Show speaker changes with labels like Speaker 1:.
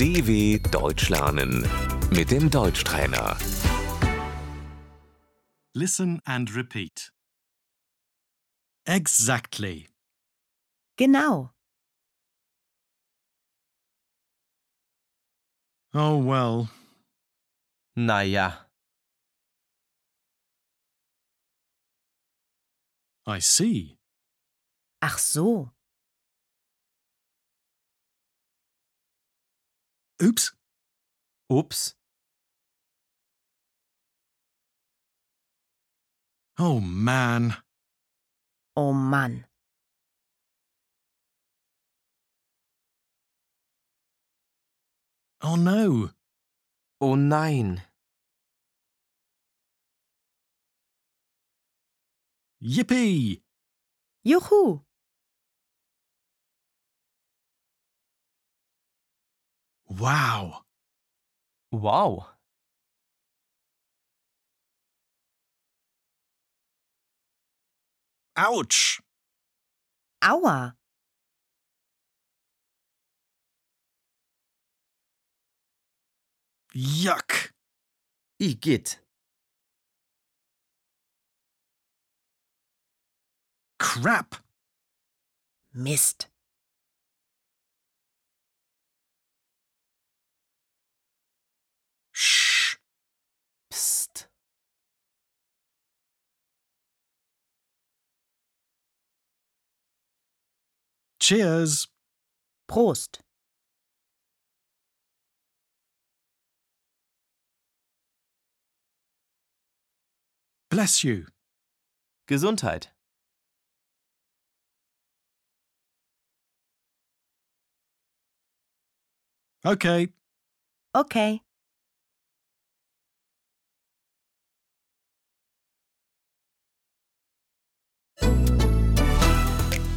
Speaker 1: DW Deutsch lernen mit dem Deutschtrainer.
Speaker 2: Listen and repeat. Exactly.
Speaker 3: Genau.
Speaker 2: Oh well.
Speaker 4: Naja,
Speaker 2: I see.
Speaker 3: Ach so.
Speaker 2: Oops.
Speaker 4: ups,
Speaker 2: Oh man.
Speaker 3: Oh Mann.
Speaker 2: Oh no.
Speaker 4: oh nein,
Speaker 2: Yippee.
Speaker 3: Juhu.
Speaker 2: Wow.
Speaker 4: wow,
Speaker 2: Ouch.
Speaker 3: Aua.
Speaker 2: Yuck.
Speaker 4: igitt,
Speaker 2: Crap.
Speaker 3: Mist.
Speaker 2: Shh.
Speaker 4: pst,
Speaker 2: Cheers.
Speaker 3: Prost.
Speaker 2: Bless you.
Speaker 4: Gesundheit,
Speaker 2: Okay.
Speaker 3: Okay.